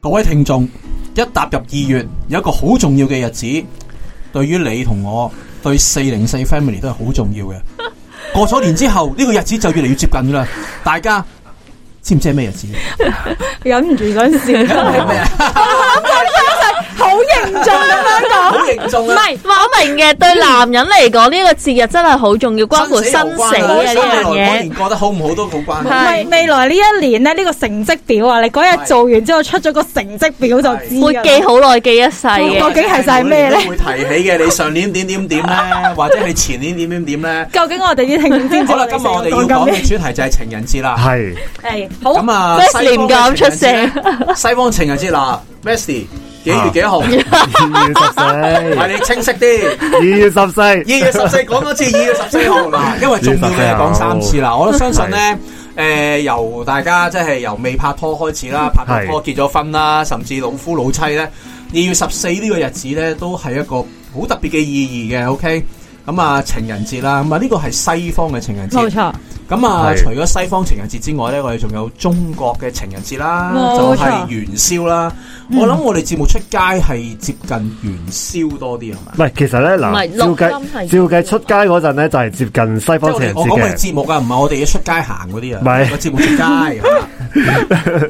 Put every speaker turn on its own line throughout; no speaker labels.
各位聽眾，一踏入二月，有一個好重要嘅日子，對於你同我，對四零四 family 都係好重 要嘅。過咗年之後，呢、個日子就越嚟越接近噶啦。大家知唔知係咩日子？
忍唔住想笑，
啊
好啊形象咁 樣
好啊
講。
凝重
唔係，我明嘅。對男人嚟講，呢個節日真係好重要，關乎生死啊嘅呢樣
嗰
嘢
啊年。過得好唔好都好關係。
未
係
未來呢一年咧，呢個成績表啊，你嗰日做完之後出咗個成績表就知啊㗎
會
啦。
記好耐，記一世嘅
究。竟係晒咩咧
每年都會提起嘅，你上年點點點咧，或者你前年點點點 咧。
究竟我哋啲聽眾知唔知
好啦，今日我哋要講嘅主題就係情人節啦。
係
係好
咁啊
哦 Wesley 唔夠膽出聲，啊
西方情人節啦 w e s t y 幾月幾號？
二月十四，
係你清晰啲。
二月十四，
二月十四講多次，二月十四 號嗱，因為重要嘅嘢講三次啦。我都相信咧，誒由大家即係由未拍拖開始啦，
嗯
拍咗拖結咗婚啦，甚至老夫老妻咧，二月十四呢個日子咧，都係一個好特別嘅意義嘅。OK，咁啊情人節啦，咁啊呢個係西方嘅情人節。
冇錯，
咁啊，
係
除咗西方情人節之外咧，我哋仲有中國嘅情人節啦，就
冇錯嗯
係元宵啦。我諗我哋節目出街係接近元宵多啲，係咪？
唔係，其實咧
唔
嗱，
係
照
錄音
計
係
照計出街嗰陣咧，就係接近西
即係
方
我
情
哋
人
我
節
講嘅
嘅。
節目啊，唔係我哋嘅出街行嗰啲啊，
唔係
個節目出街係嘛。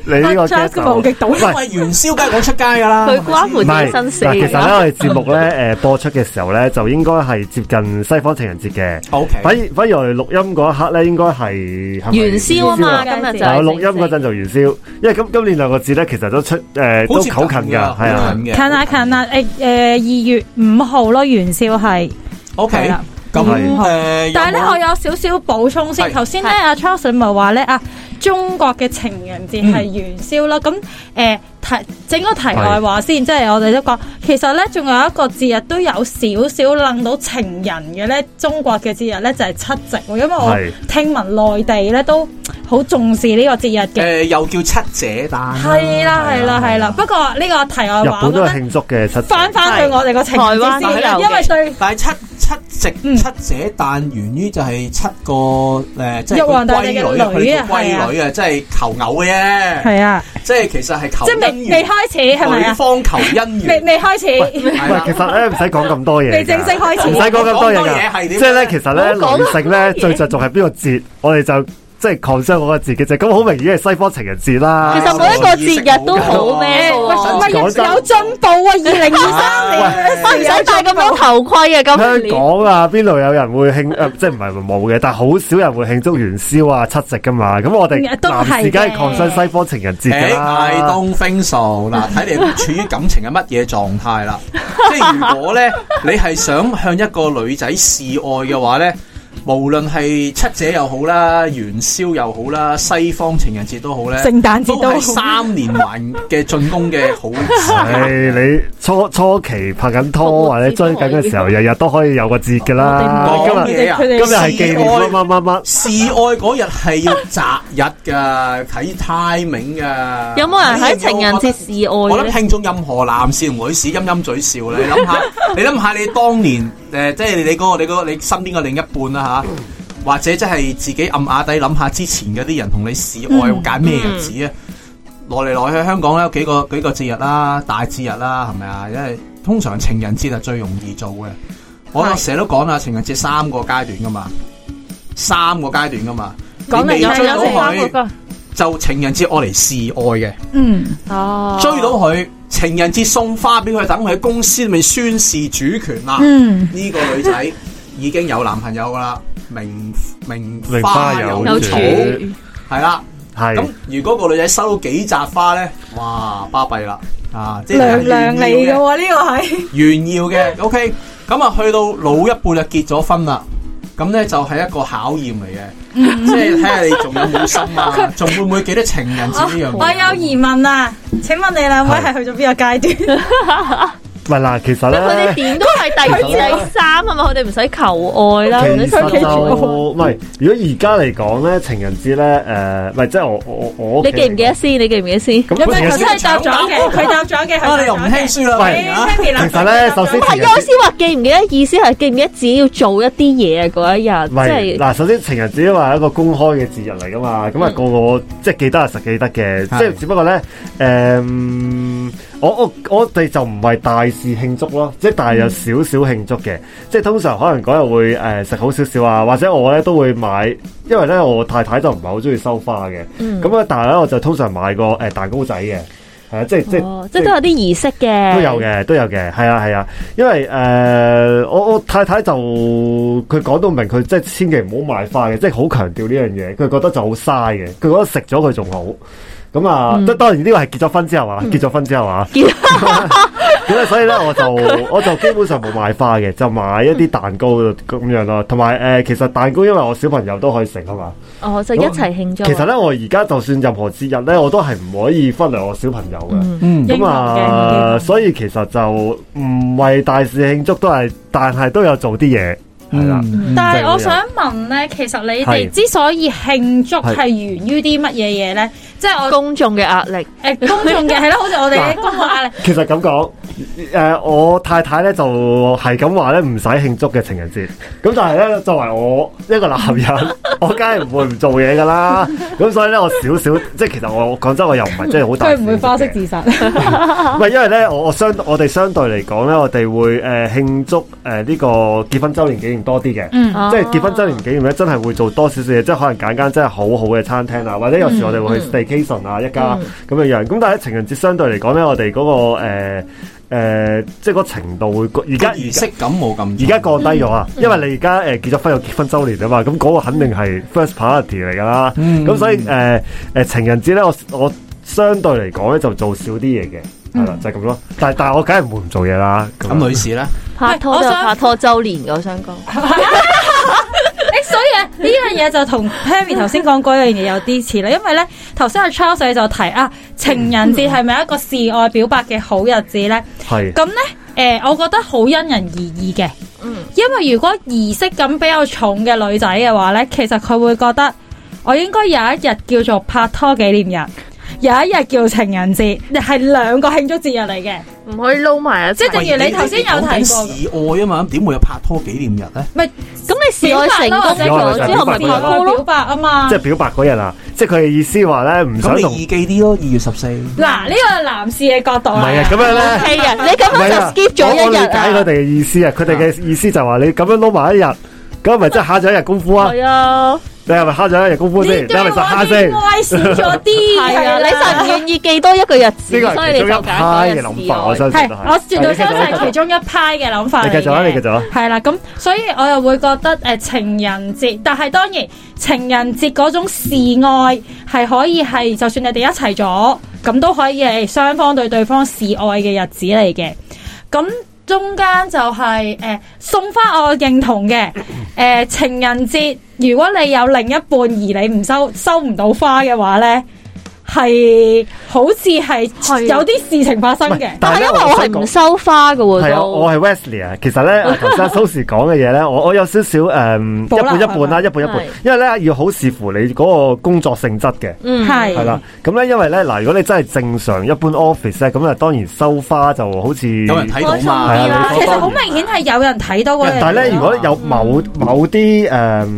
你呢個
Just 無極島
唔係
因為元宵梗係講出街噶 啦，
佢關乎自
唔
己
係
生死
嗱，其實咧，
嘅。
我哋節目咧，誒播出嘅時候咧，就應該係接近西方情人節嘅。
O K，
反而反而我哋錄音嗰一刻咧，應該係係咪
元宵啊嘛，今日就
嗱，
係
我錄音嗰陣就元宵，因為今今年兩個字咧，其實都出誒
好
都
接
靠近㗎，
㗎
係
好
啊
近。嘅，
近啊近啊，誒誒二月五號咯，元宵係。
O K，
係啦嗯
咁
係
誒，
但係咧，
有冇
我有少少補充先。
係
頭先咧，阿 Charles 咪話咧啊，中國嘅情人節係元宵啦。咁誒題整個題外話先，即係我哋都講，其實咧仲有一個節日都有少少楞到情人嘅咧。中國嘅節日咧就係七夕喎，因為我
係
聽聞內地咧都好重視呢個節日嘅。
誒又叫七姐誕，
係啦，係啦，係啦。
不
不過呢個題外
日
話，
本
我覺
都係
得
慶祝嘅七夕，
翻翻去我哋個情人節
台
先
灣都
啦，
有嘅
因為對。
但係七七夕
嗯
七姐誕源於就係七個誒，即係
玉皇大
佢
帝嘅
女佢
女
哋
啊
叫
係啊
閨女啊，即係求偶嘅啫，
係啊，
即係其實係求
即係未
姻
未
緣，
開始係咪
女
啊？
方求姻
未
緣，
未開始。
係
喂，
啦
其實咧唔使講咁多嘢㗎，
未正式開始
唔使講咁多
講
嘢
多嘢係
㗎。
點啊
即係咧，其實咧，
唔好講
女性咧
咁多嘢
最着重係邊個節，我哋就即係擴張嗰個節嘅啫。咁好明顯係西方情人節啦。
其
啊
實每一個節日都好咩
喂，唔
喎
係有有進步 啊！二零二
我
三
唔
年
使戴咁多頭盔啊！
香
今年
港啊，邊度有人會慶？呃即係唔係冇嘅，但係好少人會慶祝元宵啊、七夕噶嘛。咁我哋
都係嘅
男士梗係擴張西方情人節㗎
誒，I
啦。
don't think so。嗱，睇你處於感情嘅乜嘢狀態啦。即係如果咧，你係想向一個女仔示愛嘅話咧，無論係七姐又好啦，元宵又好啦，西方情人節都好咧，
聖誕節
都
都好
係三連環嘅進攻嘅好
唉，
時機。
你初初期拍緊拖或者追緊嘅時候，日日都可以有個節㗎啦。
我哋唔講
今日
嘢啊
佢
今
哋
日係紀念乜乜乜乜。
示愛嗰日係要擇日㗎，睇 timing 㗎。
有冇人喺情人節示
我
愛
諗
咧？
聽眾任何男士同女士陰陰嘴笑咧，你諗 下，你諗下你當年誒、呃即係你嗰、個你嗰、個你身邊嘅另一半啦吓，或者即係自己暗啞底諗下之前嗰啲人同你示愛會
嗯
揀咩日子啊？來嚟來去香港咧有幾個幾個節日啦，大節日啦，係咪啊？因為通常情人節係最容易做嘅。我
係
成日都講啦，情人節三個階段噶嘛，三個階段噶嘛，你
講明
未
有
追
有
到
成
佢，就情人節愛嚟示愛嘅。
嗯，
哦
追到佢，情人節送花俾佢，等佢喺公司裏面宣示主權啦。
嗯
呢、個女仔已經有男朋友噶啦，名名
名
花
花有
有
有
草
主，
係啦。
係
咁。如果個女仔收到幾扎花咧，哇，巴閉啦啊！即係
娘娘嚟
炫
嘅
耀
喎，呢個係
炫耀嘅。OK，咁啊，去到老一輩就結咗婚啦。咁咧就係一個考驗嚟嘅，
嗯
即係睇下你仲有冇心 啊，仲會唔會記得情人節呢樣嘢？
我有疑問啊！請問你兩位係去咗邊個階段？
唔係嗱，其實
咁佢哋
咧，
點都係第二、第三啊嘛，佢哋唔使求愛啦，唔使
其實
求
就
愛
唔係。如果而家嚟講咧，情人節咧，誒、唔係即係我我我屋企
你記唔記得先？你記唔記得先？
咁
有咩
其
頭
實
先係答咗嘅，佢答咗嘅，
啊，你又唔聽書啦，
喂
明啊
其實咧首先
係有先話記唔記得，意思係記唔記得自己要做一啲嘢嗰一
唔係
日，即係嗯
嗱，首先情人節因為係一個公開嘅節日嚟噶嘛，咁啊個個即係記得係啊實記得嘅，即
係
係只不過咧，誒、我我我哋就唔係大肆慶祝咯，即係但係
嗯
有少少慶祝嘅，即係通常可能嗰日會誒食、好少少啊，或者我咧都會買，因為咧我太太就唔係好中意收花嘅，
嗯
咁啊、但係咧我就通常買個誒、呃蛋糕仔嘅，係啊，即係即係、
哦即係都有啲儀式嘅，
都有。嘅，都有嘅，係啊，係啊，因為誒、呃我我太太就佢講到明，佢即係千祈唔好買花嘅，即係好強調呢樣嘢，佢覺得就好嘥嘅，佢覺得食咗佢仲好。咁啊，即、當然呢個係結咗婚之後啊，結咗婚之後啊，
結
咁啊，所以咧我就我就基本上冇買花嘅，就買一啲蛋糕咁樣咯，同埋呃誒，其實蛋糕因為我小朋友都可以食啊嘛。
哦，就一齊慶祝啊。
其實咧，我而家就算任何節日咧，我都係唔可以忽略我小朋友嘅。
嗯
咁
英文
啊，
嘅
所以其實就唔係大肆慶祝，都係，但係都有做啲嘢，係啦。
嗯
但係我想問咧，其實你哋
係
之所以慶祝
係
係源於啲乜嘢嘢咧？即係 我
公眾嘅壓力，
誒公眾嘅係啦，好似我哋啲公眾壓力。
其實咁講，誒、我太太咧就係咁話咧，唔使慶祝嘅情人節。咁但係咧，作為我一個男 人，我梗係唔會唔做嘢噶啦。咁所以咧，我少少，即係其實我講真，我又唔係真係好大。
會自殺，
唔係，因為咧，我我相我哋相對嚟講咧，我哋會誒、呃、慶祝誒呢、個結婚周年紀念多啲嘅，
嗯
啊
即係結婚周年紀念咧，真係會做多少少嘢，即係可能揀間真係好好嘅餐廳啊，或者有
嗯
時我哋會去 staycation 啊一家咁嘅樣。咁但係情人節相對嚟講咧，我哋嗰、個誒、呃呃即係嗰程度會而
個
家
儀式嗯感冇咁，
而家降低咗啊，因為你而家誒結咗婚有結婚周年啊嘛，咁嗰個肯定係 first party 嚟㗎啦。咁、
嗯
所以誒誒、呃呃情人節咧，我我相對嚟講咧就做少啲嘢嘅，係啦、就係咁咯。但係但係我梗係唔會唔做嘢啦。咁
嗯咁
樣
女士咧，
拍拖
我
就
想
拍拖周年嘅，我想講。
誒，所以咧呢樣嘢就同 Pammy 頭先講嗰樣嘢有啲似啦，因為咧頭先阿 Charles 佢就提啊，情人節係咪一個示愛表白嘅好日子咧？
係
咁咧，誒、我覺得好因人而異嘅。
嗯
因為如果儀式感比較重嘅女仔嘅話咧，其實佢會覺得我應該有一日叫做拍拖紀念日。有一日叫情人節，係兩個慶祝節日嚟嘅，
唔可以撈埋啊！即
即係
係
正如你頭先有
講緊
提過，
示愛啊嘛，咁點會有拍拖紀念日咧？
唔係
咁你示愛成功咗之後，咪拍拖
表
咯。
白啊嘛
即係。表白嗰日啊，即係佢嘅意思話咧唔
咁
想
你
同
易記啲咯，二月十四。
嗱，呢個係男士嘅角度
唔
嚟
係啊，咁
嘅
樣咧。
係啊，你哦咁
唔
樣
係
就
啊
skip 咗
我我
一
理
日
解佢哋
啊！
嘅意思啊，佢哋嘅意思就話你咁樣撈埋一日，咁咪即係慳咗一日功夫啊？
係啊，
你係咪慳咗一日功夫先？
呢
你係咪
對
實慳
我
先？
意外少咗啲，
係啊，你就唔願意記多一個日子，
呢個
所以
係
你
其
就
中
揀
一
嗰啊
派
日
嘅諗法，我
示愛。
相信
係，
都係。
我絕對相信
係
係其中一派嘅諗法嚟
啊你
嘅。
繼續啊，你繼續啊。
係啦，咁所以我又會覺得誒、呃情人節，但係當然情人節嗰種示愛係可以係，就算你哋一齊咗，咁都可以係雙方對對方示愛嘅日子嚟嘅。咁中間就係、誒、送花，我認同 嘅。誒、情人節，如果你有另一半而你唔收收唔到花嘅話呢，係好似係
係
有啲事情發生嘅。
但係因為我係唔收花嘅喎，
係啊，
都
我係 Wesley 啊。其實 咧，啊頭先 Sosze 講嘅嘢咧，我我有少少誒一
保留
半一半啦，
係
一半一半
係。
因為咧要好視乎你嗰個工作性質嘅。
嗯
係
係啦，咁咧因為咧嗱，如果你真係正常一般 office 咧，咁啊當然收花就好似
有人睇到嘛？
開心啲啦
啊其實好明顯係有人睇到嗰樣嘢咯。
但係咧，如果有某某啲誒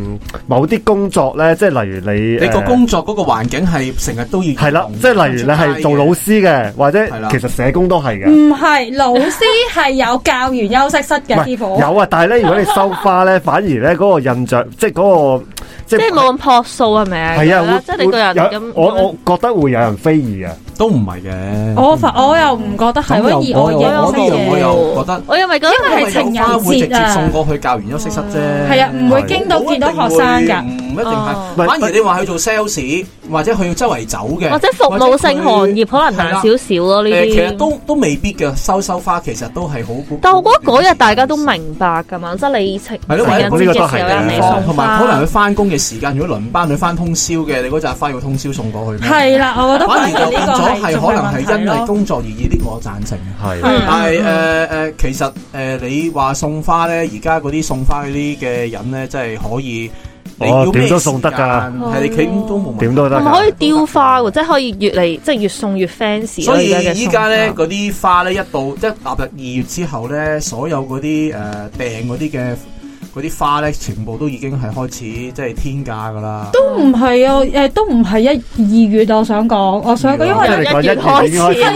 某啲工作咧，即係例如你
你個
誒
工作嗰個環境係成日都要
係啦，即係例如你係做老師嘅，或者
係啦
其實社工都係嘅。
唔係老師係有教員休息室
唔
嘅
係
師傅，
有啊，但係咧，如果你收花咧，反而咧 嗰個印象，即係嗰個即
即係冇咁樸素係咪啊？
係啊，
即係你個人咁，
我我覺得會有人非議啊。
都唔係嘅。
我反我又唔覺得係
咁又
喎，而我
我又我呢
認識
樣我
嘅
又覺得
我因為覺得
因為係情人節啊
會直接送過去教員休息室啫。
係啊，唔會經到見到學生㗎。
唔一定係
哦。
反而你話去做 sales 或者去周圍走嘅，
或者服務性行業可能難少
誒
少咯呢
呃其實
啲。
都都未必嘅，收收花其實都係好。
但我覺得嗰日大家都明白㗎嘛，即係你情
嗯係咯
情人節嘅時候有人
你
嚟
送花
呃同埋可能佢
送花，
翻工亦嘅時間，如果輪班佢翻通宵嘅，你嗰扎花要通宵送過去咩？
係啦，我覺得
反
反
而
而
就變
呢個
咗係可能
係
係因為
為
工作而已，呢個我贊成嘅。
係
係
但係誒誒，其實誒、呃你話送花咧，而家嗰啲送花嗰啲嘅人咧，真係可以，你
哦
要
點
咩
都送得㗎
時間係你企都冇問題
點都
同
得㗎
埋可以雕花喎，即係可以越嚟即係越送越 fans 咯。
所以
而嘅
依家咧
送法
嗰啲花咧一到一踏入二月之後咧，所有嗰啲誒訂嗰啲嘅嗰啲花咧，全部都已經係開始即係天價噶啦。
都唔係啊，誒都唔係一二月啊，我想講，我想講，因為
因為你講一
一月
月已經開
開
始
始。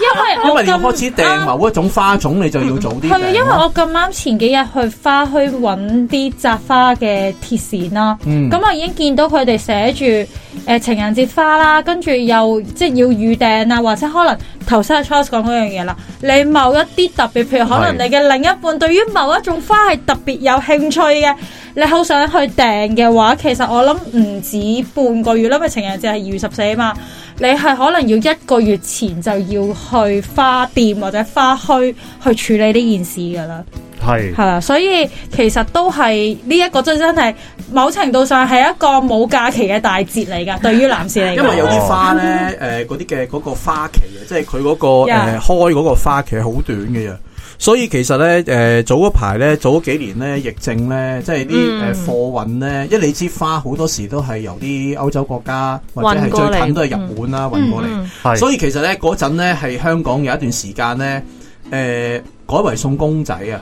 因為
因
我
為你要
咁
開始訂某一種花種，你就要早啲訂
係
啦。
啊，因為我咁啱前幾日去花墟揾啲摘花嘅鐵線啦，咁、
嗯
我已經見到佢哋寫住誒情人節花啦，跟住又即係要預訂啊，或者可能頭先阿 Charles 講嗰樣嘢啦，你某一啲特別，譬如可能
係
你嘅另一半對於某一種花係特別有興趣嘅，你好想去訂嘅話，其實我諗唔止半個月啦，因為情人節係二月十四啊嘛。你係可能要一個月前就要去花店或者花墟去處理呢件事㗎啦，
嗯係
係啦，所以其實都係呢一個真真係某程度上係一個冇假期嘅大節嚟㗎，對於男士嚟
因
講
為。有啲花
哦
咧，誒嗰啲嘅嗰個花期啊，即係佢嗰個誒
Yeah
開嗰個花期係好短嘅啫。所以其實咧，誒、早嗰排咧，早嗰幾年咧，疫症咧，即係啲
嗯
誒貨運咧，因為你知花好多時都係由啲歐洲國家或者係
運過嚟
最近都係日本啦運過嚟。
嗯
係，
所以其實咧嗰陣咧係香港有一段時間咧，誒、改為送公仔啊，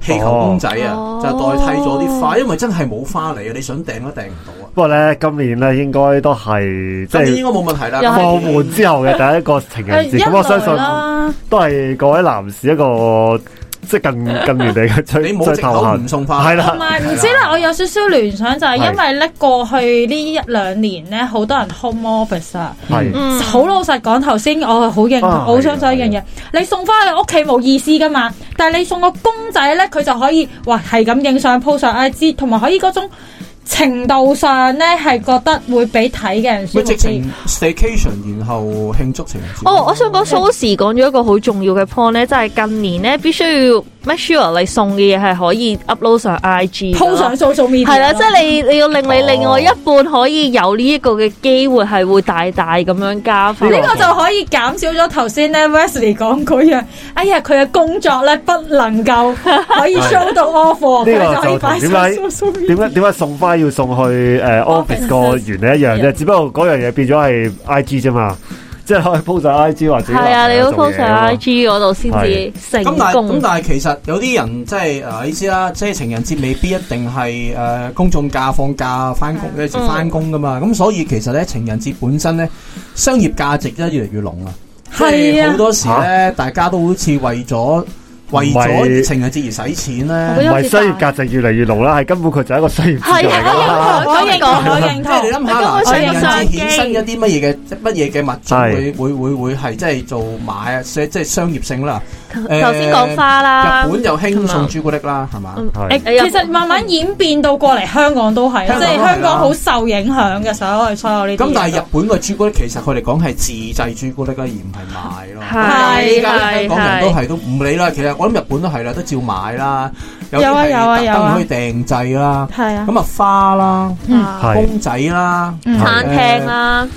氣球公仔啊，
哦
就代替咗啲花，因為真係冇花嚟啊，你想訂都訂唔到啊。
不過咧，今年咧應該都係即
今年
係
應該冇問題啦。
又係
放緩之後嘅第一個情人節。
一
咁我相
來
信
啦，
都係各位男士一個即係近 近年嚟嘅
你
最
冇
最
藉
頭
口
痕
唔。送花，
係
同
啦，
埋唔知咧，我有少少聯想就係因為咧過去呢一兩年咧，好多人 home office 啊。
係
嗯
好老實講，頭先我係好認同，
啊
好相信一樣
係
嘢。你送翻去屋企冇意思噶嘛，但係你送個公仔咧，佢就可以哇係咁影相 po 上 IG，同埋可以嗰種程度上咧係覺得會比睇嘅人舒
咪
服
直
啲。
情 staycation，然後慶祝情人節。
哦，我想講 Sosze 講咗一個好重要嘅 point 咧，就係近年咧必須要 make sure 你送嘅嘢係可以 upload 上 IG 㗎
po 上 social media 啊
係啦，
咯
即係你你要令你另外一半可以有呢一個嘅機會，係會大大咁樣加分。
呢個就可以減少咗頭先咧 Wesley 講嗰樣，哎呀佢嘅工作咧不能夠可以 show 到 off，喎
呢個
佢就可以
就同
擺上
點解
social media。
點解點解送花要送去誒 office
Office
個原理一樣啫，
Yeah
只不過嗰樣嘢變咗係 I G 啫嘛，即係可以 po 上 I G 或者
係啊，你要
po
post 上 IG 嗰度先
咁
至成
但係咁
功。
但係其實有啲人即係誒你知啦，即係情人節未必一定係誒、呃公眾假放假翻工，有
嗯
時翻工噶嘛。咁所以其實咧情人節本身咧商業價值咧越嚟越濃啊，即
係
係
啊
好多時咧大家都好似為咗為
為
咗情人節而使錢咧
我覺。
唔係商業價值越嚟越濃啦，係根本佢就係一個商業節目
係
嚟㗎啦
啊。
我認同，我認
即係你
同。
諗下啦，
你
情
根本上
人節
商機
衍生一啲乜嘢嘅乜嘢嘅物種
係
會會會會係即係做買啊，即係即係商業性啦。誒
頭先講花啦
日，本又興送朱古力啦，係嘛？
嗯
係
誒
其實慢慢演變到過嚟香港都係，
香港
即
都係
係
啦
香港好受影響嘅所有所有呢啲嘢。
咁但係日本嘅朱古力其實佢哋講係自製朱古力啦，而唔係賣咯。
係
依家啲香港人都
係
係都唔理啦。其實我諗日本都係啦，都照買啦。有
有
啲
啊
係
有啊
特
有
登
啊
可以訂製啦。
係啊，
咁啊花啦，
係
係
公仔啦，
嗯
係
餐廳啦，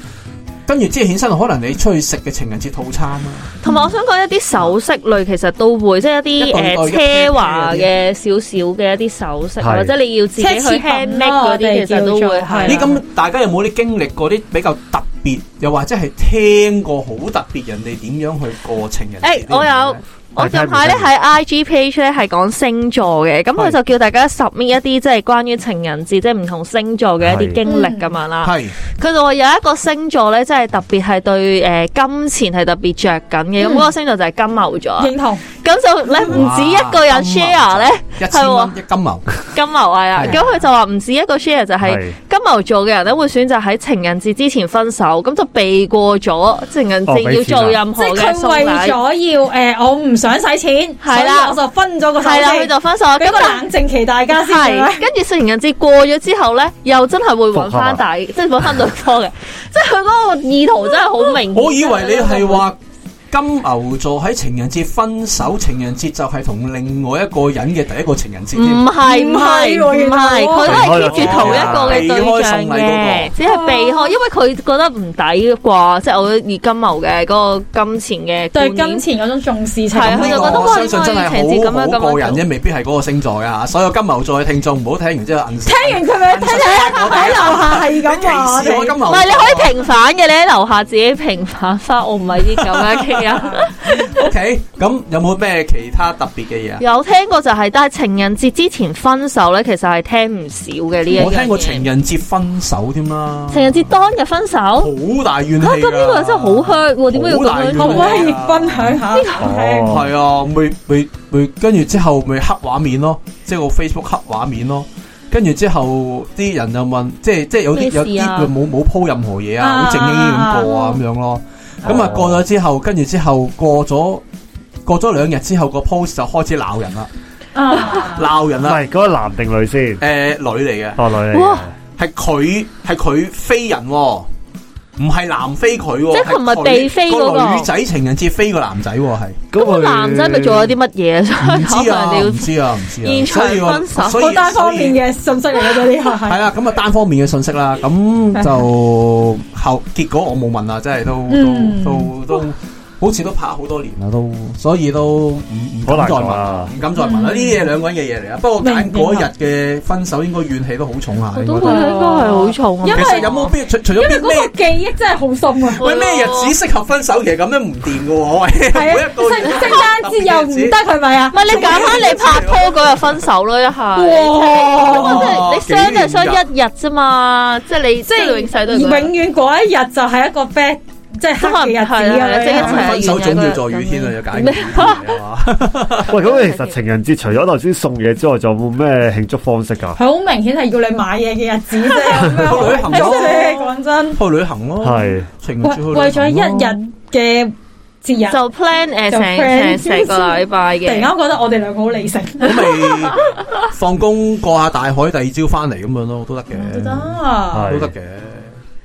跟住之後衍生可能你出去食嘅情人節套餐啦。
同埋我想講一啲首飾類其實都會，即係一
一對
啲誒呃
對
奢華嘅少少嘅一啲首飾，
係
或者你要自己去
奢侈品
handmade
咯
嗰啲，其實都
我
會
哋叫做係啊
咦
係。
咁大家有冇啲經歷過啲比較特別，又或者係聽過好特別人哋點樣去過情人節呢樣嘢
誒我有
呢
我近排咧喺 IG page 咧係講星座嘅，咁佢
係
就叫大家 submit 一啲即係關於情人節即係唔同星座嘅一
係
啲經歷咁樣啦。
係
佢就話有一個星座咧，即係特別係對誒金錢係特別着緊嘅，咁嗰個星座就係金牛座啊。
認同
咁就咧唔止一個人
哇金牛
share 咧
一千蚊
係
一金牛，
金牛係啊，
係
咁佢就話唔止一個 share 就係
係
金牛座嘅人咧會選擇喺情人節之前分手，咁就避過咗情人節
哦俾錢
要做
啊
任
即
何
係
嘅
佢
送
為咗
禮。
要誒，我唔想使錢，
係啦
所以我就分咗個手
係啦，佢
機，
就分手，咁
俾個
但
冷靜期大家 先。係咪
系，跟住情人節過咗之後咧，又真係會揾翻 底，即係揾翻對方嘅，即係佢嗰個意圖真係好明顯。
我以為你係話金牛座喺情人節分手，情人節就係同另外一個人嘅第一個情人節
唔
添。
係
唔
唔係
係喎
唔係，佢都係 keep 住同一個嘅對象
避開送禮嗰
嘅
個，
只係避開，因為佢覺得唔抵啩，即係我以金牛嘅嗰個金錢嘅
對
觀
金
念
錢嗰種重視程
係啊
度
佢就
呢
覺得
個
哇
我相信真係
情節咁樣
好
咁樣
好個人啫，未必係嗰個星座嘅嚇。所有金牛座嘅聽眾唔好聽完之後銀。
聽完佢咪聽聽喺樓下係咁話我
歧視我
哋
金。牛
唔
座。
係你可以平反嘅，你喺樓下自己平反翻， 我唔係啲咁樣嘅人。
O K，咁有冇咩其他特別嘅嘢啊？
有聽過就係、但係情人節之前分手咧，其實係聽唔少嘅呢一樣嘢
我聽過情人節分手添啦，
情人節當日分手，嚇
好大怨氣㗎
咁呢個人真係好 hurt 喎，點解要
好
咁
大
樣
怨
可唔
做？
可以分享下？
哦
係啊，咪咪咪，跟住之後咪黑畫面咯，即係我 Facebook 黑畫面咯。跟住之後啲人就問，即係即係有啲
咩事啊
有啲佢冇冇鋪任何嘢啊，
啊
好正經咁過啊
啊
咁樣咯。咁啊
哦
過咗之後，跟住之後過咗過咗兩日之後，個 post 就開始鬧人啦，
啊
鬧人
唔
啦。
係嗰個男定女先？
誒女嚟嘅，
哦，女嚟
哇
嘅。
係佢係佢飛人喎。唔係男飛佢喎，
即係佢唔係
佢
被飛嗰個
女仔情人節飛個男仔 喎，係。
咁
咁
個男仔咪做咗啲乜嘢？
唔
所以
知
可能
啊，
你要
唔知啊，唔知啊，
現場
所以我
分手
所以
好單方面
嘅
嘅信息嚟嘅啫，呢個
係
係。
啦，咁啊單方面嘅信息啦，咁就後結果我冇問啦，真係都
嗯
都都都好似都拍好多年啦，都所以都唔唔
好
敢
難
再問
講
啦
啊，
唔敢再
嗯
問啦。呢啲嘢兩個人嘅嘢嚟啊，不過揀嗰日嘅分手應該怨氣都好重下，
我
應
都
該
覺
都
得應該係好重啊。
因
其
為
實有冇邊除除咗
因為
邊
嗰個
咩
記憶真係好深啊！
喂咩日子適合分手，其實咁樣唔掂嘅喎，喂
係
每
啊
一，個
聖
月
聖誕節又唔得，佢咪啊
唔？係你揀翻你拍拖嗰日分手咯，一下。
哇
即係你傷就傷一日啫嘛，即係你即
即係
係永世都係
永
咁樣
遠嗰一日就係一個 bad，即係
可能
黑嘅日子
係啊即
咁樣
係一齊
分手總要在雨天啊，就解決啊 嘛。
喂，咁其實情人節除咗頭先送嘢之外，仲有冇咩慶祝方式㗎？
佢好明顯係要你買嘢嘅日子 啫，咁
去
樣
旅行咯
講真，
去旅行咯，
係
情人節去旅行
為
咯
為咗一日嘅節日，
就 plan 誒
就
成
plan
成成個禮拜
突然
嘅。
間覺得我哋兩個好 理性，
咁咪放工過下大海，第二朝翻嚟咁樣咯，都得嘅，
都得。
都
係
得。嘅。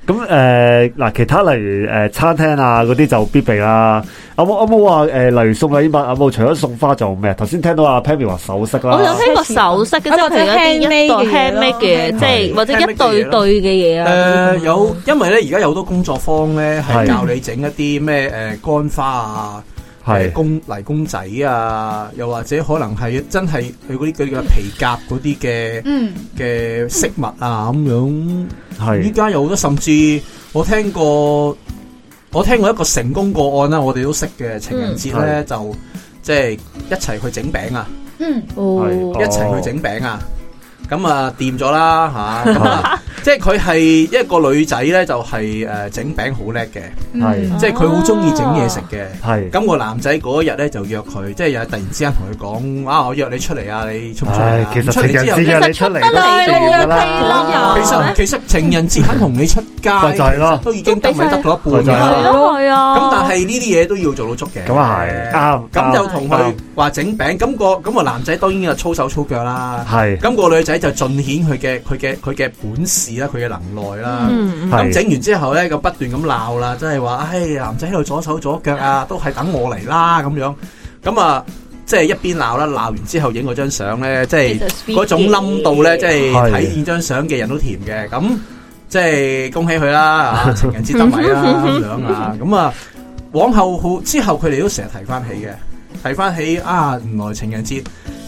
咁誒嗱，其他例如誒餐廳啊嗰啲就必備啦。有冇有冇話誒，例如送禮物有冇除咗送花仲有咩？頭先聽到阿 Pammy 話首飾
我有
啦，
聽過首飾嘅，即係譬如一啲一對啊 handmade 嘅，即係或者一對對嘅嘢啊。
誒呃有，因為咧而家有好多工作坊咧係
係
教你整一啲咩誒乾花啊。誒
係
公泥公仔啊，又或者可能係真係佢嗰啲佢嘅皮夾嗰啲嘅
嗯，
嘅飾物啊咁樣，依
係
家有好多，甚至我聽過，我聽過一個成功個案啦，我哋都識嘅情人節咧、就即係一齊去整餅啊，
嗯，
哦
係
一齊去整餅啊，咁啊掂咗啦吓， 咁啊即係佢係一個女仔咧，就係誒整餅好叻嘅，
嗯
係
即係佢好中意整嘢食嘅。
係。
咁個男仔嗰一日咧就約佢，即係又係突然之間同佢講：啊，我約你出嚟啊，你出唔出嚟
唉
啊？，
其實
出
情
嚟
人
之後
節嘅你出嚟都
其實出得
掂㗎
啦
其
你
實
啊
其實情人節肯同你出街，
咪就係咯
都已經得咪得咗一
咪就
半
係
啦
係。咯係啊。
咁但係呢啲嘢都要做到足嘅。
咁啊係啱
咁
啱
就同佢話整餅，咁個咁個男仔當然就粗手粗腳啦。
係
咁個女仔就盡顯佢嘅佢嘅佢嘅本事啦，佢嘅能耐啦。
嗯
咁
係
整完之後咧，就不斷咁鬧啦，即係話，唉，男仔喺度左手左腳啊，都係等我嚟啦咁樣。咁啊，即係一邊鬧啦，鬧完之後影嗰張相咧，即係嗰種冧到咧，即係
係
睇見張相嘅人都甜嘅。咁即係恭喜佢啦，啊情人節得米啦咁樣啊。咁啊，往後好之後，佢哋都成日提翻起嘅，提翻起啊，原來情人節。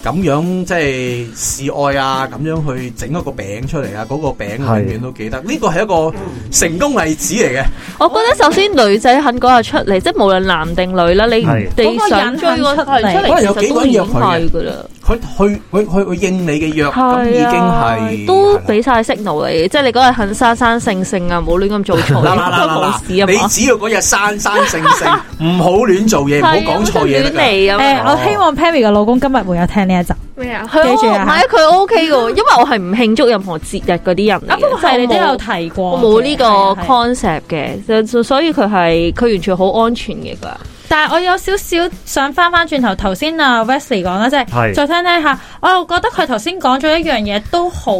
咁樣即係示愛啊，咁樣去整一個餅出嚟啊，嗰、個餅我永遠都記得。呢個係一個成功例子嚟嘅，
我覺得首先女仔肯嗰日出嚟，即係無論男定女啦，你
係
哋想追嗰個人出嚟，其實都已經係噶啦，
佢去佢佢佢應你嘅約，咁已經
啊
係
都
係啦
俾晒 signal 你，即係你嗰日肯生生性性啊，冇亂咁做錯，
嗱嗱嗱嗱
冇
嗱
事啊
你
嘛。
只要嗰日生生性 性，唔好亂做嘢，唔好講錯嘢得㗎。
嚟
誒，我希望 Pammy 嘅老公今日會有聽呢一集。
咩啊？佢
記住
唔
啊
係佢 O K 嘅，因為我係唔慶祝任何節日嗰啲人嚟嘅。
啊，不過
即係
係你都
冇
有提過，
我冇呢個
係係
concept 嘅，就就所以佢係佢完全好安全嘅㗎。
但係我有少少想翻翻轉頭，頭先啊 Wesley 講啦，即係
係
再聽聽下，我又覺得佢頭先講咗一樣嘢都好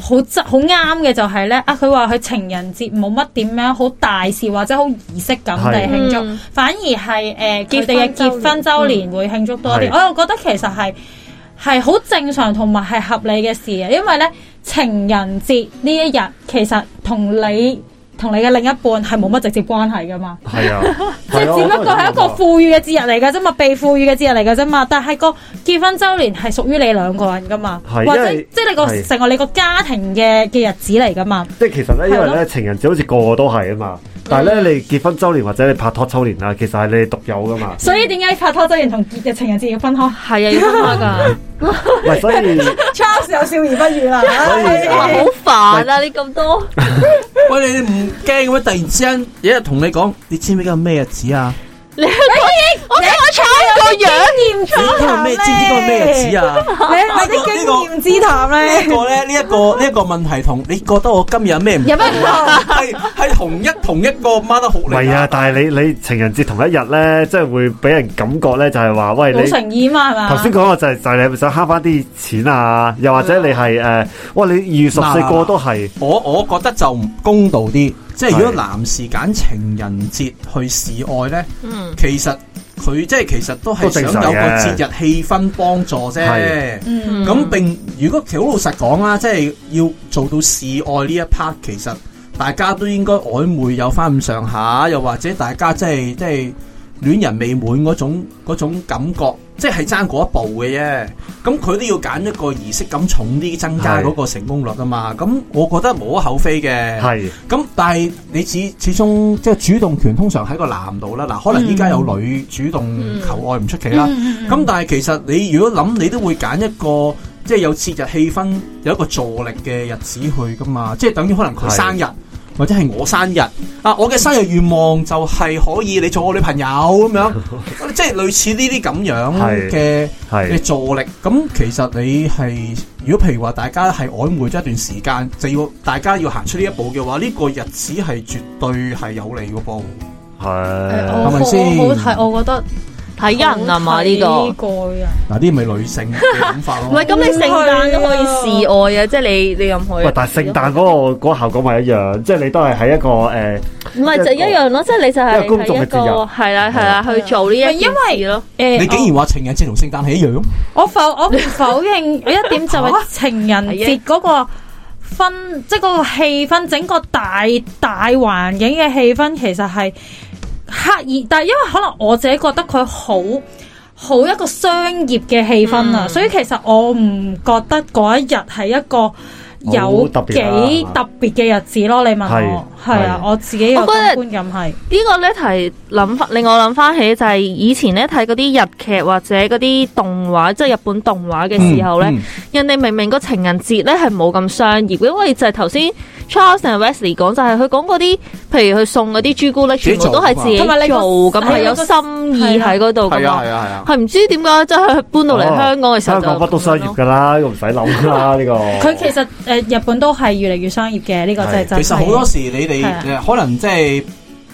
好真好啱嘅就係咧啊！佢話佢情人節冇乜點樣好大事或者好儀式感地
係
慶祝，
嗯
反而係誒佢哋嘅
結婚
結婚
周
周
年
年會慶祝多啲。
嗯
哦
係
我又覺得其實係係好正常同埋係合理嘅事嘅，因為咧情人節呢一日其實同你同你嘅另一半係冇乜直接關係噶嘛。
系 啊，
即係只不過係一個賦予嘅節日嚟㗎啫嘛，被賦予嘅節日嚟㗎啫嘛，但係個結婚周年係屬於你兩個人㗎嘛，
係
或者
因為
即係你個
係
成個你個家庭嘅嘅日子嚟㗎嘛，
即係其實咧，因為
係，
咧情人節好似個個都係啊嘛，但係咧你結婚周年或者你拍拖周年啊，其實係你哋獨有噶嘛
所以點解拍拖周年同結嘅情人節要分開
係啊，要分 開㗎。
唔係所以
？Charles 又笑而不語 啦，唉
哇，好煩啊！你咁多，
喂，你哋唔驚咩？突然之間有一日同你講，你知唔知今日咩日 子啊？
你我俾我踩個樣。
經驗
你今日
談
咩？知唔知今日咩日子啊？
你嗰啲經驗之談
呢一
咧，
個咧，呢一個呢一個問題同你覺得我今日有咩唔
有咩唔同？
係係同一同一個 mother
唔
嚟
係
㗎
啊，但係你你情人節同一日咧，即係會俾人感覺咧就係話，喂
冇
你。
誠意嘛係嘛？
頭先講嘅就係、就係、你係咪想慳翻啲錢啊？又或者你係誒、呃哇！你二月十四
嗱
個都係
我我覺得就唔公道啲，即係如果
係
男士揀情人節去示愛咧，
嗯，
其實佢即係其實都係
都正
想
常
有個
嘅
節日氣氛幫助啫。
係
嗯
嗯
咁並如果其實好老實講啊啦，即係要做到示愛呢一 part，其實大家都應該曖昧有翻咁上下，又或者大家即係即係戀人未滿嗰種嗰種感覺，即係爭嗰一步嘅啫。咁佢都要揀一個儀式感重啲，增加
係
嗰個成功率啊嘛。咁我覺得無可厚非嘅。
係
咁但係你始始終即係主動權通常喺個男度啦，嗱可能依家有女主動求愛唔出奇啦，
嗯嗯嗯
咁、但係其實你如果諗，你都會揀一個即係有節日氣氛、有一個助力嘅日子去噶嘛，即係等於可能佢
係
生日。或者係我生日啊！我嘅生日願望就係可以你做我女朋友咁 樣，即係類似呢啲咁樣
係
嘅嘅
係
助力，咁其實你係如果譬如話大家係曖昧咗一段時間，就要大家要行出呢一步嘅話，呢、個日子係絕對係有利嘅噃。
誒
係
我
係咪先
我好睇，我覺得
睇人啊嘛呢個。
呢個人。
嗱，呢咪女性嘅諗法
唔係
咯。
咁，你聖誕都可以示愛啊，即係你你任何。
喂，但係聖誕嗰、個嗰個效果咪一樣，即係你都係喺一個誒、呃
唔係就一樣咯，即係你就係
一個公眾
喺
嘅
一個
節日啊
係啦係啦去做呢一件
唔係因
事咯。
誒
你竟然話情人節同聖誕係一樣，
我否我唔否認一點就係情人節嗰個氛，即係嗰個氣氛，整個大大環境嘅氣氛其實係刻意，但係因為可能我自己覺得佢好好一個商業嘅氣氛啊，
嗯
所以其實我唔覺得嗰一日係一個。有
好特別啊
幾特別嘅日子咯？你問我
係
係啊，
係
我自己有
我
個
覺得
觀感係
呢個咧提諗翻，令我諗翻起就係以前咧睇嗰啲日劇或者嗰啲動畫，即係日本動畫嘅時候咧，
嗯
人哋明明個情人節咧係冇咁商業嘅，因為就係頭先 Charles and Wesley 講就係佢講嗰啲，譬如佢送嗰啲朱古力，
自己
全
做
部都係自己
同埋你個
做，咁
係啊
係有
個
心意喺嗰度噶
係啊
嘛
係。啊係啊，
係唔知點解，即係佢搬到嚟香港嘅時候
哦香
就
港乜都商業㗎啦，呢個唔使諗 啦，呢個
佢其實誒日本都係越嚟越商業嘅呢個就係
係
真係。
其實好多時你哋
係啊
誒可能即係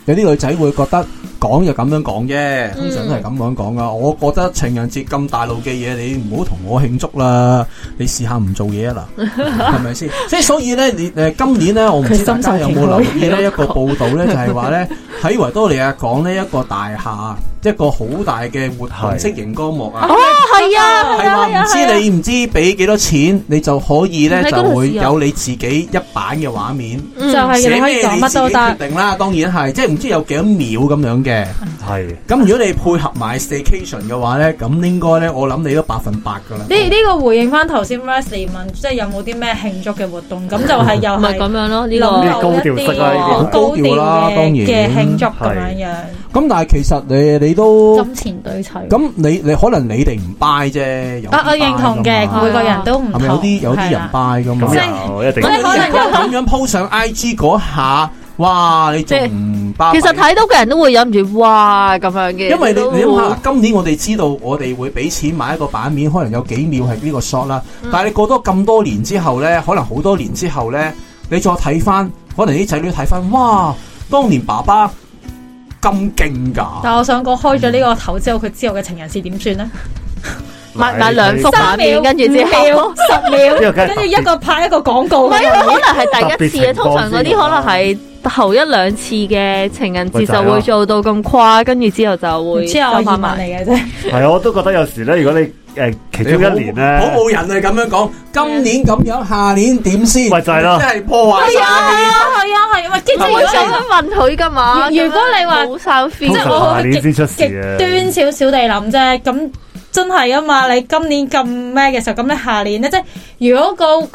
有啲女仔會覺得講就咁樣講啫，通常都係咁樣講噶。我覺得情人節咁大路嘅嘢，你唔好同我慶祝啦，你試下唔做嘢啊嗱，係咪先？即係所以咧，你誒今年咧，我唔知大家有冇留意呢一個報道咧，就係話咧喺維多利亞港呢一個大廈一個好大嘅活動
係
式熒光幕啊
哦。，係啊， 係
係
啊，係
話唔
啊
知你唔知俾幾多錢，你就可以咧
喺
就
嗰度
會
試啊
有你自己一版嘅畫面。
嗯
就係你可以講乜
寫咩你自
都
己決
得。
定啦，當然係，即係唔知有幾多秒咁樣嘅。
係
咁如果你配合埋 station 嘅話咧，咁應該咧，我諗你都百分百噶啦。
呢呢個回應翻頭先 Wesley 問，即係有冇啲咩慶祝嘅活動？ 咁就係又
唔係咁
係
樣咯，呢
諗
個
呢個高
到一
調式啦
啲
呢啲係
好高調
啦當然
嘅嘅慶祝咁樣樣，
咁但係其實你你都
金錢對砌。
咁你你可能你哋唔 buy 啫，有啲
啊，我
buy
認同嘅，
㗎嘛
每個人都唔
係
同。
咪有啲有啲
係啊
人
啦
buy 噶嘛？
咁又一定
即係可能有
咁樣 po 上 IG 嗰下，哇！你仲唔 buy？
其實睇到嘅人都會忍唔住哇咁樣嘅，
因為你
都
你諗下，今年我哋知道我哋會俾錢買一個版面，可能有幾秒係呢個 shot 啦。但係你過多咁多年之後呢，可能好多年之後呢，你再睇翻，可能啲仔女睇翻，哇！當年爸爸咁勁㗎，
但我想講開咗呢個頭之後，佢之後嘅情人節點算呢？
唔
買買兩幅畫面，跟住之 後。
十
因為
秒，
梗係
跟住一個拍一個廣
唔
告咁
係，啊佢
樣。
可能係第一次嘅，
特別情況
通常嗰啲可能係後一兩次嘅情人
咪
節
就係
就
啊咯
會做到咁誇，跟住之後就
唔
會
知啊，我
收
移
翻
民
埋。
嚟嘅啫。
系啊，我都覺得有時咧，如果你诶其中一年咧，
好冇人啊！咁樣講，今年咁樣，下年點先？
咪就係咯
真係破壞
係啊，
晒。
係啊，係啊，係啊。喂即係如
我
果
想問佢噶嘛？
如如果你話
冇晒
即
feel，啊
係
通
我
常下
去
年
極
先出事啊
極
嘅
端少少地諗啫，咁真係啊嘛！你今年咁咩嘅時候，咁你下年咧，即係如果嗰、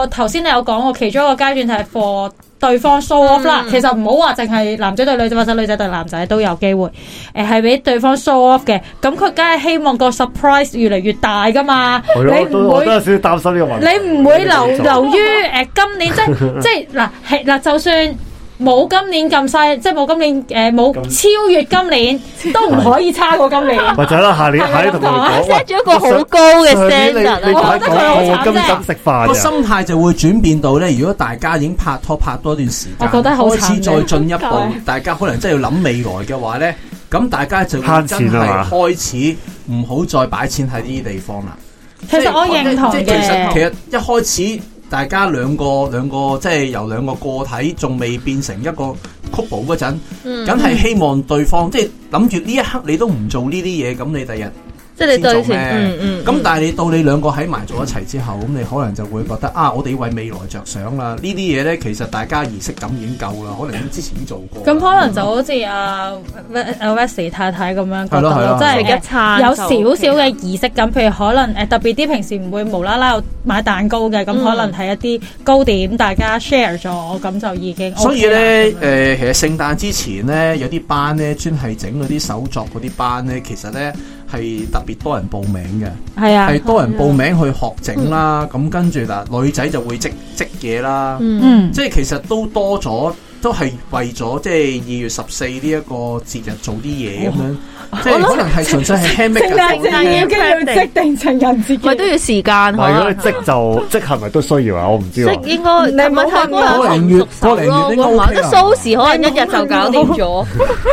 個頭先你有講過，其中一個階段係 for 對方 show off 啦，
嗯
其實唔好話淨係男仔對女仔或者女仔對男仔都有機會，誒係俾對方 show off 嘅，咁佢梗係希望個 surprise 越嚟越大噶嘛，
係咯我
你
都
唔
我
會
都。有少少擔心呢個問題。
你唔會留
做
留於誒、呃今年即 係即係嗱係嗱，就算冇今年咁犀，即係冇今年誒冇、超越今年，都唔可以差過今年。
咪就係啦，下年下年同佢講，
set 咗一個好高嘅
上年你
standard
你同
啊
佢講我今晚食飯
個
嘅
心態就會轉變到咧，如果大家已經拍拖拍多段時間，
我覺得好慘
開始再進一
嘅
步，大家可能真係要諗未來嘅話咧，咁大家就會
慳
真
錢啊
係
嘛
開始唔好再擺錢喺呢啲地方啦。
其實我認同
即係其實其
嘅，
實一開始大家兩個兩個即係由兩個個體仲未變成一個 couple 嗰陣，
嗯
梗係希望對方即係諗住呢一刻你都唔做呢啲嘢，咁你第日
即係你
先
對
做
前，
咩
嗯嗯，
咁但係你到你兩個喺埋咗一齊之後，咁你可能就會覺得啊，我哋要為未來着想啦。呢啲嘢呢，其實大家儀式感已經夠啦，可能之前已經做過。
咁可能就好似阿 Wes 太太咁樣覺
係咯係
得
咯
咯，即
係
係
食一
誒
餐
有
就
少
OK
少嘅儀式感，譬如可能誒特別啲平時唔會無啦啦有買蛋糕嘅，咁
嗯
可能係一啲糕點大家 share 咗，咁就已經 OK 啦。
所以呢，誒、
咁樣
其實聖誕之前呢，有啲班呢專係整嗰啲手作嗰啲班呢，其實呢係特別多人報名嘅。
係啊，
係多人報名去學整啦，咁跟住嗱，女仔就會織織嘢啦，
嗯
嗯。
即係其實都多咗，都係為咗即係二月十四呢一個節日做啲嘢咁樣，即係可能係純粹係 handmade
聖誕
嘅
節已經要即定情人節
咪都要時間
唔
可
係如啊果
能
你。即就即係咪都需要啊？我唔知喎。
即應該
你冇
睇過
過零月過零月應該 OK
得
啊
蘇時可能一日就搞掂咗，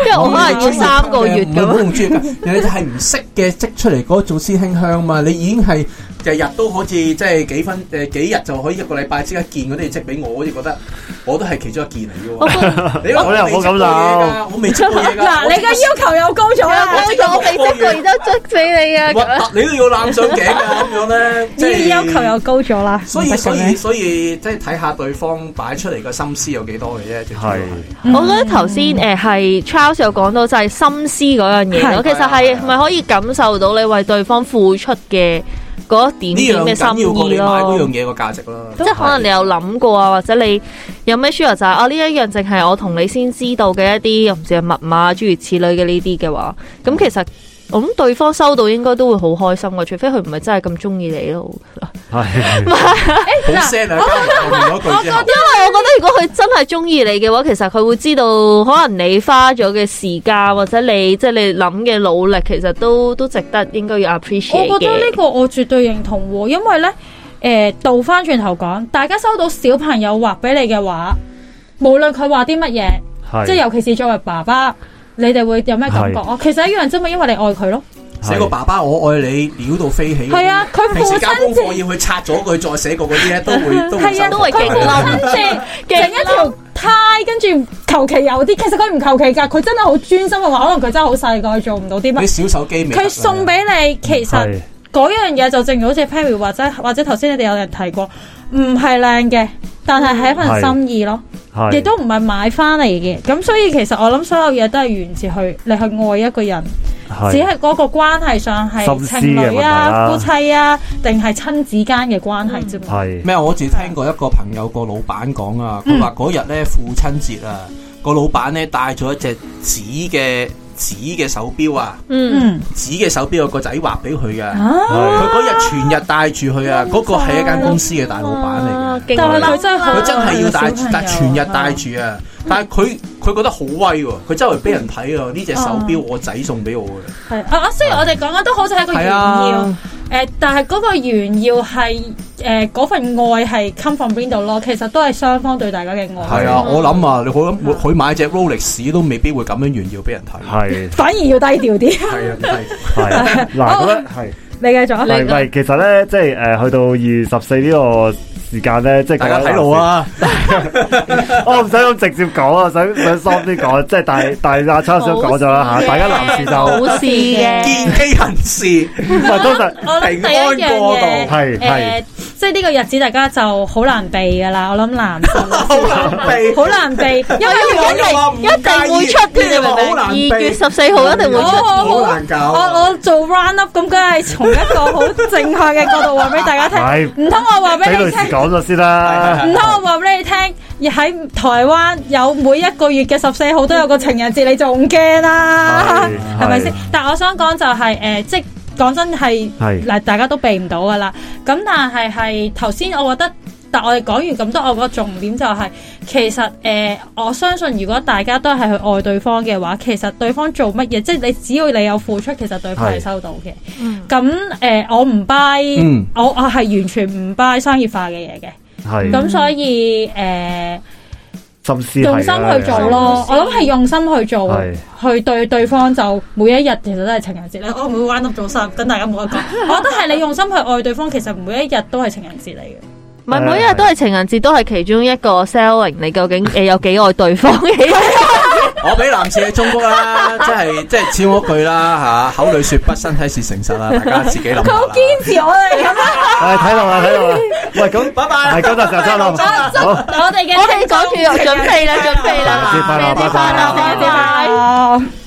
因為我可能要三個月
唔係好
咁。
用專業㗎，人哋就係唔識嘅織出嚟嗰種先馨香嘛，你已經係日日都好似即係幾分誒幾日就可以一個禮拜即一件嗰啲織俾我，好似覺得我都係其中一件嚟嘅
我
喎。
覺得
你話
我又
未
冇咁
織過嘢㗎，我未織過嘢㗎。
嗱，
我啊
你
織過
嘅要求又高咗啦，
我有我未識過，而家捉俾你啊！咁樣
核突你都要攬上頸啊咁樣咧，即係
你嘅要求又高咗啦，
所
唔
以
得
所
嘅咩
以所以即係睇下對方擺出嚟嘅心思有幾多嘅啫，最主要
係
係
我覺得頭先誒係 Charles 有講到就係心思嗰樣嘢
係
咯，其
啊
實係咪可以感受到你為對方付出嘅嗰一
呢
點
樣
點嘅
緊
心
要過你
意
買嗰樣
咯？
嘢個價值啦。
即係可能你有諗過啊，或者你有咩 sure 就係啊呢一樣淨係我同你先知道嘅一啲，又唔知係密碼諸如此類嘅呢啲嘅話，咁其實我諗對方收到應該都會好開心嘅，除非佢唔係真係咁中意你咯。
係
好 sad 啊！加埋後面嗰句之後
因，為我覺得如果佢真係中意你嘅話，其實佢會知道，可能你花咗嘅時間或者你即係你諗嘅努力，其實都都值得，應該要 appreciate
我覺得呢
嘅。
個我絕對認同喎，因為咧，誒倒翻轉頭講，大家收到小朋友畫俾你嘅畫，無論佢畫啲乜嘢，
係
即係尤其是作為爸爸，你哋會有咩感覺？
係
哦，其實一樣啫嘛，因為你愛 佢咯。
寫個爸爸我愛你，撩到飛起。
係啊佢
平時交功
父親
課要去拆咗佢再寫過嗰啲咧，都 會都會
係啊，
辛苦
都會勁嬲
跟住整一條呔，跟住求其有啲，其實佢唔求其㗎，佢真係好專心嘅話，可能佢真係好細個，佢做唔到
你
啲乜。
小手機未得啊？
佢送俾你，其實
嗯係
嗰樣嘢就正如好似 Perry 或者或者頭先你哋有人提過，唔係靚嘅，但係係一份心意咯，
嗯係
亦都唔係買翻嚟嘅。咁所以其實我諗所有嘢都係源自去你去愛一個人，
係
只係嗰個關係上係
心思嘅
情侶啊、
問
夫
題啦
妻啊，定係親子間嘅關係啫嘛。
係
咩？啊我只聽過一個朋友個老闆講啊，
嗯
佢話嗰日咧父親節啊，個老闆咧帶咗一隻紙嘅紙嘅手錶啊，
嗯，
嗯
紙嘅手錶有個仔畫俾佢嘅。
啊。
佢
係
嗰日全日帶住佢啊！嗰個係一間公司嘅大老闆嚟嘅，
勁啊
但係
嬲
佢真係好
佢真係要帶住，
小朋友啊
但全日帶住啊！但係佢佢覺得好威喎，佢周圍俾人睇啊！呢隻手錶我仔送俾我嘅，
係啊啊！雖然我哋講緊都好似係一個炫
係
耀，誒
啊、
但係嗰個炫耀係誒嗰份愛係 come from 邊度咯？其實都係雙方對大家嘅愛，
係啊！我諗啊，你佢諗佢買隻 Rolex 都未必會咁樣炫耀俾人睇，
係
反而要低調啲。
係啊，
係嗱咁樣係
你繼續
唔係唔係，其實咧，即係诶，誒去到二月十四呢個時間咧，即係
大家睇路！啊，
我唔想咁直接講啊，想想 soft 啲講，即係大大大阿叉想講咗啦吓，大家男士就
冇事嘅，
健肌人士。
唔係通常
我諗第一
平安
樣
過渡
嘢，
係係
誒，即係呢個日子大家就好難避噶啦。我諗男性
好難 避
好難避，因為
你講又話唔
一定一定會出
介意
添，
你話好難避
明唔明？二月十四號一定會
我
出。
好
我
難搞
我我做 round up 咁，梗係從一個好正確嘅角度話俾大家
係
聽。唔通我話俾
俾
你
女士
聽？
講咗先啦
唔。通我話俾你聽，喺台灣有每一個月嘅十四號都有個情人節，你仲驚啦？
係
係咪
係
先？但我想講就係、呃即係講真係
係
嗱，大家都避唔到噶啦。咁但係係頭先，我覺得。但我哋講完咁多，我個重點就係、其實誒、呃我相信如果大家都係去愛對方嘅話，其實對方做乜嘢，即係你只要你有付出，其實對方係
係
收到嘅。咁誒、呃我唔 buy，、
嗯
我我係完全唔 buy 商業化嘅嘢嘅。
係
咁所以誒、呃
心思係
用心去做咯，
係
我諗係用心去做
係，
去對對方就每一日其實都係情人節咧。我唔會玩到早三，等大家 冇得講。我覺得係你用心去愛對方，其實每一日都係情人節嚟 嘅。
唔係每一日都係情人節，都係其中一個 selling 你究竟呃誒有幾愛對方 嘅。
我俾男士嘅忠告啦，即係即係超嗰句啦吓，口裏說不，身體是誠實啦，大家自己諗
佢
下
好
啦。
堅持我哋咁啊！
係睇路啦，睇路啦。喂，咁
拜拜
係今日就差啦，好，
我哋嘅
我哋講住準備啦，準備
情人節快
啦，
樂拜拜
快啦，拜拜。
拜。